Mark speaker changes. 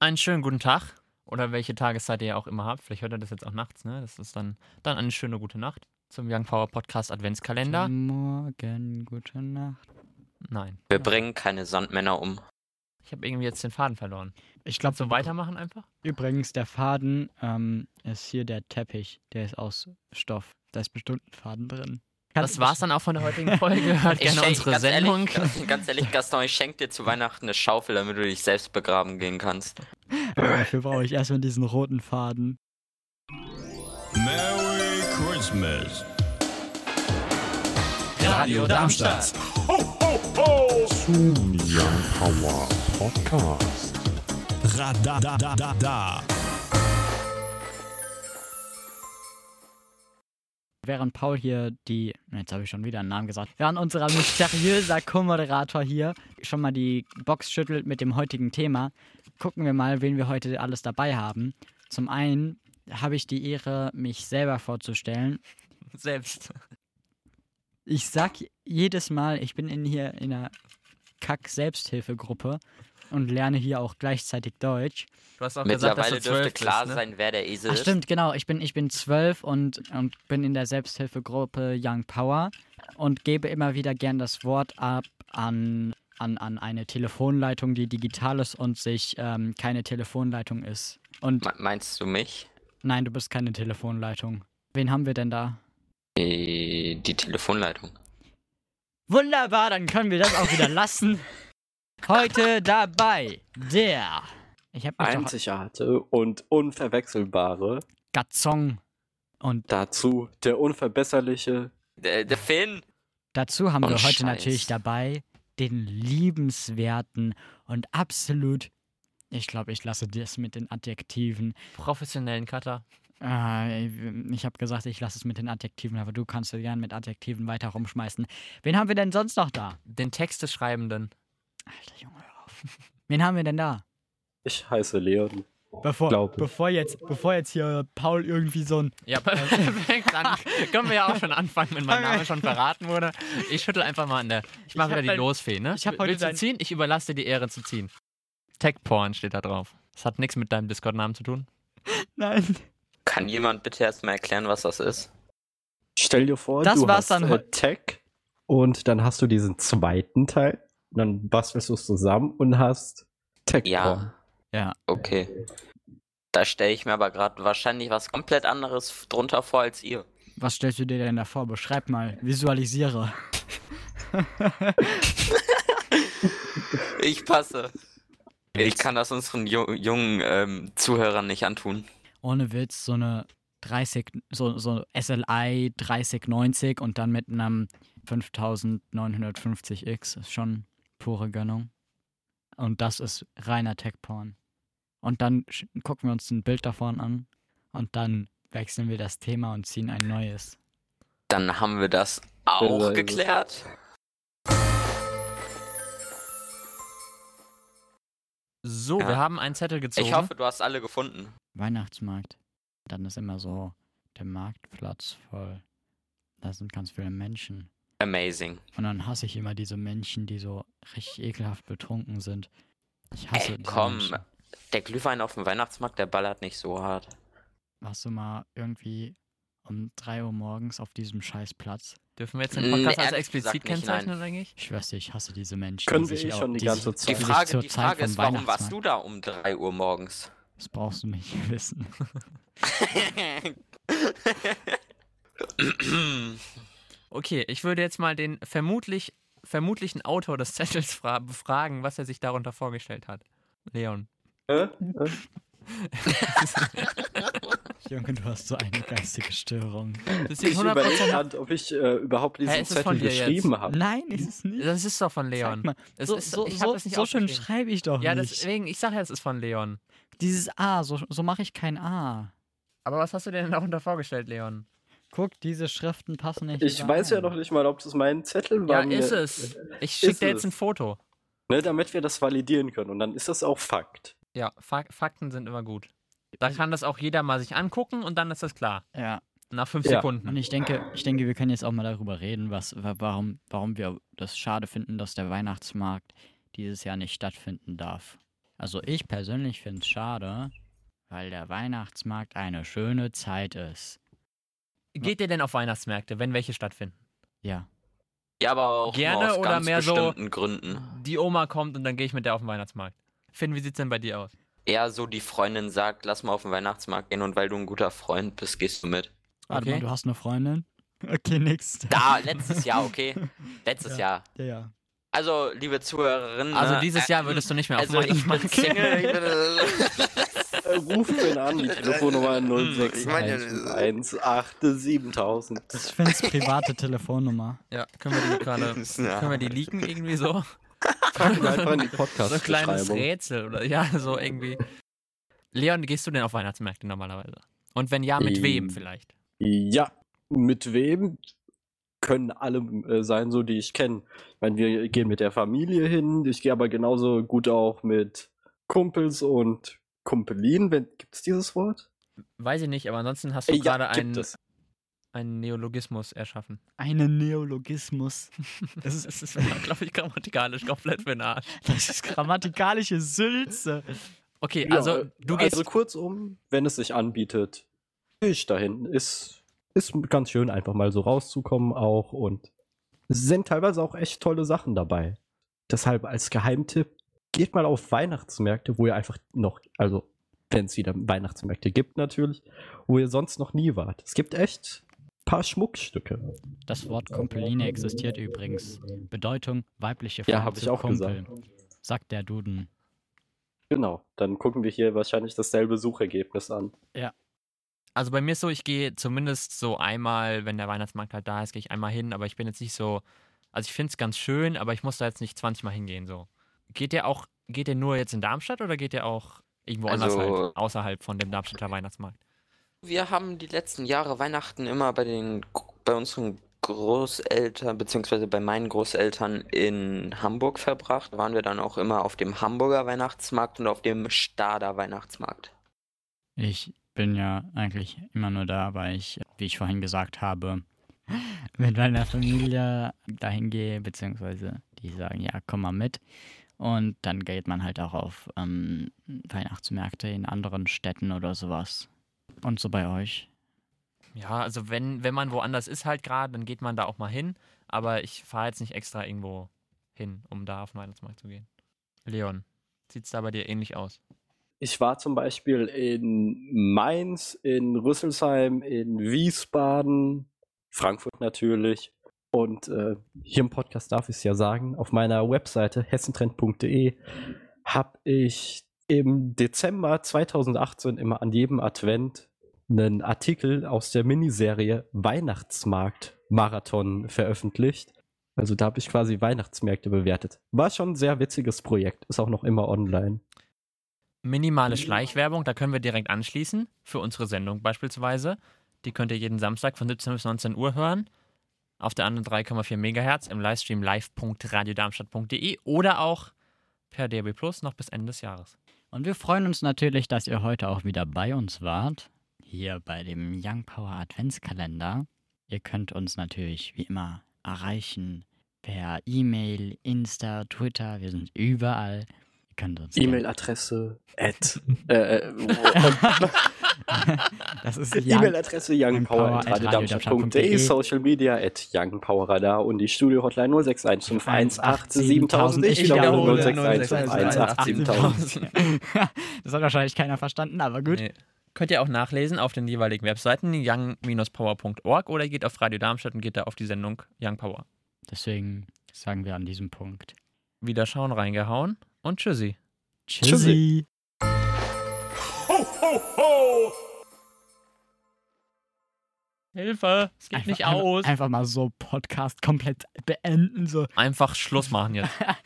Speaker 1: einen schönen guten Tag oder welche Tageszeit ihr auch immer habt. Vielleicht hört ihr das jetzt auch nachts, ne? Das ist dann, dann eine schöne gute Nacht zum Young Power Podcast Adventskalender.
Speaker 2: Guten Morgen, gute Nacht.
Speaker 1: Nein.
Speaker 3: Wir bringen keine Sandmänner um.
Speaker 1: Ich habe irgendwie jetzt den Faden verloren.
Speaker 2: Ich glaube,
Speaker 1: So weitermachen einfach?
Speaker 2: Übrigens, der Faden ähm, ist hier der Teppich. Der ist aus Stoff. Da ist bestimmt ein Faden drin.
Speaker 1: Das war's dann auch von der heutigen Folge. Hört gerne
Speaker 3: schenk-
Speaker 1: unsere
Speaker 3: ganz
Speaker 1: Sendung.
Speaker 3: Ehrlich, ganz, ganz ehrlich, Gaston, ich schenke dir zu Weihnachten eine Schaufel, damit du dich selbst begraben gehen kannst.
Speaker 2: Aber dafür brauche ich erstmal diesen roten Faden.
Speaker 4: Merry Christmas.
Speaker 5: Radio Darmstadt.
Speaker 6: Zum Young Power Podcast.
Speaker 4: Radadadadada. da, da, da, da.
Speaker 2: Während Paul hier die, na, jetzt habe ich schon wieder einen Namen gesagt, während unserer mysteriöser Co-Moderator hier schon mal die Box schüttelt mit dem heutigen Thema, gucken wir mal, wen wir heute alles dabei haben. Zum einen habe ich die Ehre, mich selber vorzustellen.
Speaker 1: Selbst.
Speaker 2: Ich sag jedes Mal, ich bin in hier in einer Kack-Selbsthilfegruppe und lerne hier auch gleichzeitig Deutsch.
Speaker 1: Du hast auch gesagt, dass
Speaker 3: Mittlerweile
Speaker 1: du
Speaker 3: dürfte
Speaker 1: zwölf
Speaker 3: klar
Speaker 1: bist, ne?
Speaker 3: sein, wer der Esel
Speaker 2: Ach,
Speaker 3: ist.
Speaker 2: stimmt, genau. Ich bin, ich bin zwölf und, und bin in der Selbsthilfegruppe Young Power und gebe immer wieder gern das Wort ab an, an, an eine Telefonleitung, die digital ist und sich ähm, keine Telefonleitung ist. Und
Speaker 3: Me- Meinst du mich?
Speaker 2: nein, du bist keine Telefonleitung. Wen haben wir denn da?
Speaker 3: Äh, Die Telefonleitung.
Speaker 2: Wunderbar, dann können wir das auch wieder lassen. Heute dabei der. Ich habe mich doch
Speaker 7: Einzigartige und unverwechselbare.
Speaker 2: Gazong. Und
Speaker 7: Dazu der unverbesserliche.
Speaker 3: Der, der Finn!
Speaker 2: Dazu haben
Speaker 3: Und
Speaker 2: wir heute
Speaker 3: Scheiß.
Speaker 2: natürlich dabei den liebenswerten und absolut, ich glaube, ich lasse das mit den Adjektiven.
Speaker 1: Professionellen Cutter.
Speaker 2: Äh, ich habe gesagt, ich lasse es mit den Adjektiven, aber du kannst ja gerne mit Adjektiven weiter rumschmeißen. Wen haben wir denn sonst noch da?
Speaker 1: Den Text des Schreibenden.
Speaker 2: Alter Junge, hör auf. Wen haben wir denn da?
Speaker 7: Ich heiße Leon.
Speaker 2: Bevor,
Speaker 7: Glaub ich.
Speaker 2: bevor, jetzt, bevor jetzt hier Paul irgendwie so ein.
Speaker 1: Ja, perfekt. Dann können wir ja auch schon anfangen, wenn mein Name schon verraten wurde. Ich schüttel einfach mal an der. Ich
Speaker 2: Ich
Speaker 1: mache wieder
Speaker 2: hab
Speaker 1: die
Speaker 2: dein-
Speaker 1: Losfee, ne?
Speaker 2: ich hab heute
Speaker 1: Willst du
Speaker 2: dein-
Speaker 1: ziehen? Ich überlasse dir die Ehre zu ziehen. Tech Porn steht da drauf. Das hat nichts mit deinem Discord-Namen zu tun.
Speaker 2: Nein.
Speaker 3: Kann jemand bitte erstmal erklären, was das ist?
Speaker 7: Stell dir vor,
Speaker 2: Das
Speaker 7: du
Speaker 2: war's
Speaker 7: hast
Speaker 2: dann heu-
Speaker 7: äh, Tech.
Speaker 5: Und dann hast du diesen zweiten Teil. Und dann bastelst du es zusammen und hast Tech.
Speaker 3: Ja.
Speaker 2: Ja.
Speaker 3: Okay. Da stelle ich mir aber gerade wahrscheinlich was komplett anderes f- drunter vor als ihr.
Speaker 2: Was stellst du dir denn da vor? Beschreib mal, visualisiere.
Speaker 3: Ich passe. Ich kann das unseren ju jungen ähm, Zuhörern nicht antun.
Speaker 2: ohne Witz so eine 30, so, so SLI 3090 und dann mit einem 5950X ist schon pure Gönnung. Und das ist reiner Tech-Porn. Und dann sch- gucken wir uns ein Bild davon an und dann wechseln wir das Thema und ziehen ein neues.
Speaker 3: Dann haben wir das auch
Speaker 7: Beweise.
Speaker 3: geklärt.
Speaker 1: So,
Speaker 3: Ja.
Speaker 1: wir haben einen Zettel gezogen.
Speaker 3: Ich hoffe, du hast alle gefunden.
Speaker 2: Weihnachtsmarkt. Dann ist immer so der Marktplatz voll. Da sind ganz viele Menschen.
Speaker 3: Amazing.
Speaker 2: Und dann hasse ich immer diese Menschen, die so richtig ekelhaft betrunken sind. Ich hasse
Speaker 3: Ey,
Speaker 2: diese
Speaker 3: komm.
Speaker 2: Menschen.
Speaker 3: Der Glühwein auf dem Weihnachtsmarkt, der ballert nicht so hart.
Speaker 2: Warst du mal irgendwie um 3 Uhr morgens auf diesem Scheißplatz?
Speaker 1: Dürfen wir jetzt den
Speaker 3: Mm,
Speaker 1: Podcast als
Speaker 3: ehrlich
Speaker 1: explizit
Speaker 3: gesagt nicht,
Speaker 1: kennzeichnen eigentlich?
Speaker 2: Ich schwör's dir, ich hasse diese Menschen.
Speaker 7: Können
Speaker 2: die
Speaker 7: wir
Speaker 2: sich
Speaker 7: eh
Speaker 2: auch-
Speaker 7: schon die
Speaker 2: sich-
Speaker 7: ganze
Speaker 3: Die
Speaker 2: sich
Speaker 7: Zeit.
Speaker 3: Frage,
Speaker 2: zur
Speaker 3: die
Speaker 2: Zeit
Speaker 3: Frage
Speaker 2: vom
Speaker 3: ist, warum warst du
Speaker 2: Weihnachtsmarkt-
Speaker 3: da um 3 Uhr morgens?
Speaker 2: Das brauchst du nicht wissen.
Speaker 1: Okay, ich würde jetzt mal den vermutlich, vermutlichen Autor des Zettels fra- befragen, was er sich darunter vorgestellt hat. Leon.
Speaker 7: Äh?
Speaker 2: Junge, du hast so eine geistige Störung.
Speaker 1: Das
Speaker 7: Ich
Speaker 1: ist, 100%,
Speaker 7: überlege gerade, ob ich äh, überhaupt diesen
Speaker 1: Hä, ist es von
Speaker 7: Zettel
Speaker 1: dir jetzt?
Speaker 7: geschrieben habe.
Speaker 2: Nein, ist es nicht.
Speaker 1: das ist doch von
Speaker 2: Sag
Speaker 1: Leon.
Speaker 2: mal,
Speaker 1: Das
Speaker 2: so,
Speaker 1: ist-
Speaker 2: so,
Speaker 1: ich hab
Speaker 2: so,
Speaker 1: das nicht
Speaker 2: so schön
Speaker 1: aufgeschrieben.
Speaker 2: schreibe ich doch
Speaker 1: Ja,
Speaker 2: nicht.
Speaker 1: deswegen, ich sage ja, es ist von Leon.
Speaker 2: Dieses A, so, so mache ich kein A.
Speaker 1: Aber was hast du dir denn darunter vorgestellt, Leon?
Speaker 2: Guck, diese Schriften passen nicht.
Speaker 7: Ich weiß ja
Speaker 2: überein.
Speaker 7: noch nicht mal, ob das mein Zettel
Speaker 1: Ja,
Speaker 7: war. mir-
Speaker 1: ist es. Ich
Speaker 7: Ist
Speaker 1: schicke dir jetzt
Speaker 7: es.
Speaker 1: ein Foto.
Speaker 7: Ne, damit wir das validieren können. Und dann ist das auch Fakt.
Speaker 1: Ja, Fak Fakten sind immer gut. Da kann das auch jeder mal sich angucken und dann ist das klar.
Speaker 2: Ja.
Speaker 1: Nach fünf
Speaker 7: Ja.
Speaker 1: Sekunden.
Speaker 2: Und ich denke, ich denke, wir können jetzt auch mal darüber reden, was, wa- warum, warum wir das schade finden, dass der Weihnachtsmarkt dieses Jahr nicht stattfinden darf. Also ich persönlich finde es schade, weil der Weihnachtsmarkt eine schöne Zeit ist.
Speaker 1: Geht ihr denn auf Weihnachtsmärkte, wenn welche stattfinden?
Speaker 2: Ja.
Speaker 3: Ja, aber auch
Speaker 1: Gerne
Speaker 3: nur aus
Speaker 1: oder
Speaker 3: ganz
Speaker 1: mehr so-
Speaker 3: bestimmten Gründen.
Speaker 1: Die Oma kommt und dann gehe ich mit der auf den Weihnachtsmarkt. Finn, wie sieht's denn bei dir aus?
Speaker 3: Eher so die Freundin sagt, lass mal auf den Weihnachtsmarkt gehen und weil du ein guter Freund bist, gehst du mit.
Speaker 2: Warte
Speaker 1: Okay.
Speaker 2: mal, du hast eine Freundin? Okay, nix.
Speaker 3: Da, letztes Jahr, okay. Letztes Jahr.
Speaker 2: Ja, ja.
Speaker 3: Also, liebe Zuhörerinnen.
Speaker 1: Also
Speaker 3: ne,
Speaker 1: dieses Jahr würdest du nicht mehr auf den
Speaker 3: Also, ich bin
Speaker 1: Weihnachtsmarkt gehen.
Speaker 3: Single. Ich bin,
Speaker 7: Äh, Ruf den an, die Telefonnummer 06 7000.
Speaker 2: Das ist Finns private Telefonnummer.
Speaker 1: Ja, können wir die gerade. Können wir die leaken irgendwie so?
Speaker 7: Packen wir einfach in die
Speaker 1: So ein kleines
Speaker 7: Podcast-Beschreibung.
Speaker 1: Rätsel oder ja, so irgendwie. Leon, gehst du denn auf Weihnachtsmärkte normalerweise? Und wenn ja, mit
Speaker 7: Ähm,
Speaker 1: wem vielleicht?
Speaker 7: Ja, mit wem können alle äh, sein, so die ich kenne. Ich meine, wir gehen mit der Familie hin, ich gehe aber genauso gut auch mit Kumpels und Kumpelin, wenn gibt's dieses Wort?
Speaker 1: Weiß ich nicht, aber ansonsten hast du
Speaker 7: Äh, ja,
Speaker 1: gerade
Speaker 7: gibt
Speaker 1: einen,
Speaker 7: es.
Speaker 1: einen Neologismus erschaffen.
Speaker 2: Einen Neologismus.
Speaker 1: Das ist, das ist glaube ich, grammatikalisch komplett für den Arsch.
Speaker 2: Das ist grammatikalische Sülze.
Speaker 1: Okay,
Speaker 7: Ja,
Speaker 1: also
Speaker 7: äh,
Speaker 1: du gehst.
Speaker 7: also kurzum, wenn es sich anbietet, gehe ich dahin. Ist,
Speaker 5: Ist ganz schön, einfach mal so rauszukommen auch und es sind teilweise auch echt tolle Sachen dabei. Deshalb als Geheimtipp, geht mal auf Weihnachtsmärkte, wo ihr einfach noch, also wenn es wieder Weihnachtsmärkte gibt natürlich, wo ihr sonst noch nie wart. Es gibt echt ein paar Schmuckstücke.
Speaker 2: Das Wort Kumpeline existiert übrigens. Bedeutung weibliche Form
Speaker 7: Ja, hab
Speaker 2: zu
Speaker 7: ich auch
Speaker 2: Kumpel. Sagt der Duden.
Speaker 7: genau, dann gucken wir hier wahrscheinlich dasselbe Suchergebnis an.
Speaker 1: Also bei mir ist so, ich gehe zumindest so einmal, wenn der Weihnachtsmarkt halt da ist, gehe ich einmal hin, aber ich bin jetzt nicht so. Also ich finde es ganz schön, aber ich muss da jetzt nicht 20 Mal hingehen. So. Geht der auch, geht der nur jetzt in Darmstadt oder geht der auch irgendwo anders
Speaker 3: Also-
Speaker 1: halt, außerhalb von dem Darmstädter Weihnachtsmarkt?
Speaker 3: wir haben die letzten Jahre Weihnachten immer bei den bei unseren Großeltern beziehungsweise bei meinen Großeltern in Hamburg verbracht. Waren wir dann auch immer auf dem Hamburger Weihnachtsmarkt und auf dem Stader Weihnachtsmarkt.
Speaker 2: Ich bin ja eigentlich immer nur da, weil ich, wie ich vorhin gesagt habe, mit meiner Familie dahin gehe, beziehungsweise die sagen, ja, komm mal mit. Und dann geht man halt auch auf ähm, Weihnachtsmärkte in anderen Städten oder sowas. Und so bei euch.
Speaker 1: Ja, also wenn, wenn man woanders ist halt gerade, dann geht man da auch mal hin. Aber ich fahre jetzt nicht extra irgendwo hin, um da auf den Weihnachtsmarkt zu gehen. Leon, sieht's da bei dir ähnlich aus?
Speaker 7: Ich war zum Beispiel in Mainz, in Rüsselsheim, in Wiesbaden, Frankfurt natürlich.
Speaker 5: Und äh, hier im Podcast darf ich es ja sagen, auf meiner Webseite hessentrend.de habe ich im Dezember 2018 immer an jedem Advent einen Artikel aus der Miniserie Weihnachtsmarkt Marathon veröffentlicht. Also da habe ich quasi Weihnachtsmärkte bewertet. War schon ein sehr witziges Projekt, ist auch noch immer online.
Speaker 1: Minimale Schleichwerbung, da können wir direkt anschließen. Für unsere Sendung beispielsweise. Die könnt ihr jeden Samstag von 17 bis 19 Uhr hören. Auf der anderen 3,4 Megahertz im Livestream live.radiodarmstadt.de oder auch per DB Plus noch bis Ende des Jahres.
Speaker 2: Und wir freuen uns natürlich, dass ihr heute auch wieder bei uns wart. Hier bei dem Young Power Adventskalender. Ihr könnt uns natürlich wie immer erreichen per E-Mail, Insta, Twitter. Wir sind überall. Ihr könnt uns
Speaker 7: E-Mail-Adresse at äh, äh, wo-
Speaker 2: Das ist Young-
Speaker 7: E-Mail-Adresse youngpower.radiodarmstadt.de, Social Media at youngpowerradar und die Studio-Hotline 06158187000. Ich
Speaker 2: Ich wiederhole
Speaker 7: wiederhole
Speaker 2: 06158187000.
Speaker 7: 06158187000.
Speaker 2: Das hat wahrscheinlich keiner verstanden, aber gut.
Speaker 1: Nee. Könnt ihr auch nachlesen auf den jeweiligen Webseiten young-power.org oder ihr geht auf Radio Darmstadt und geht da auf die Sendung Young Power.
Speaker 2: Deswegen sagen wir an diesem Punkt
Speaker 1: Wieder schauen, reingehauen und tschüssi.
Speaker 2: Tschüssi.
Speaker 1: Hilfe, es geht nicht
Speaker 2: einfach,
Speaker 1: aus.
Speaker 2: Einfach mal so Podcast komplett beenden. So.
Speaker 1: Einfach Schluss machen jetzt.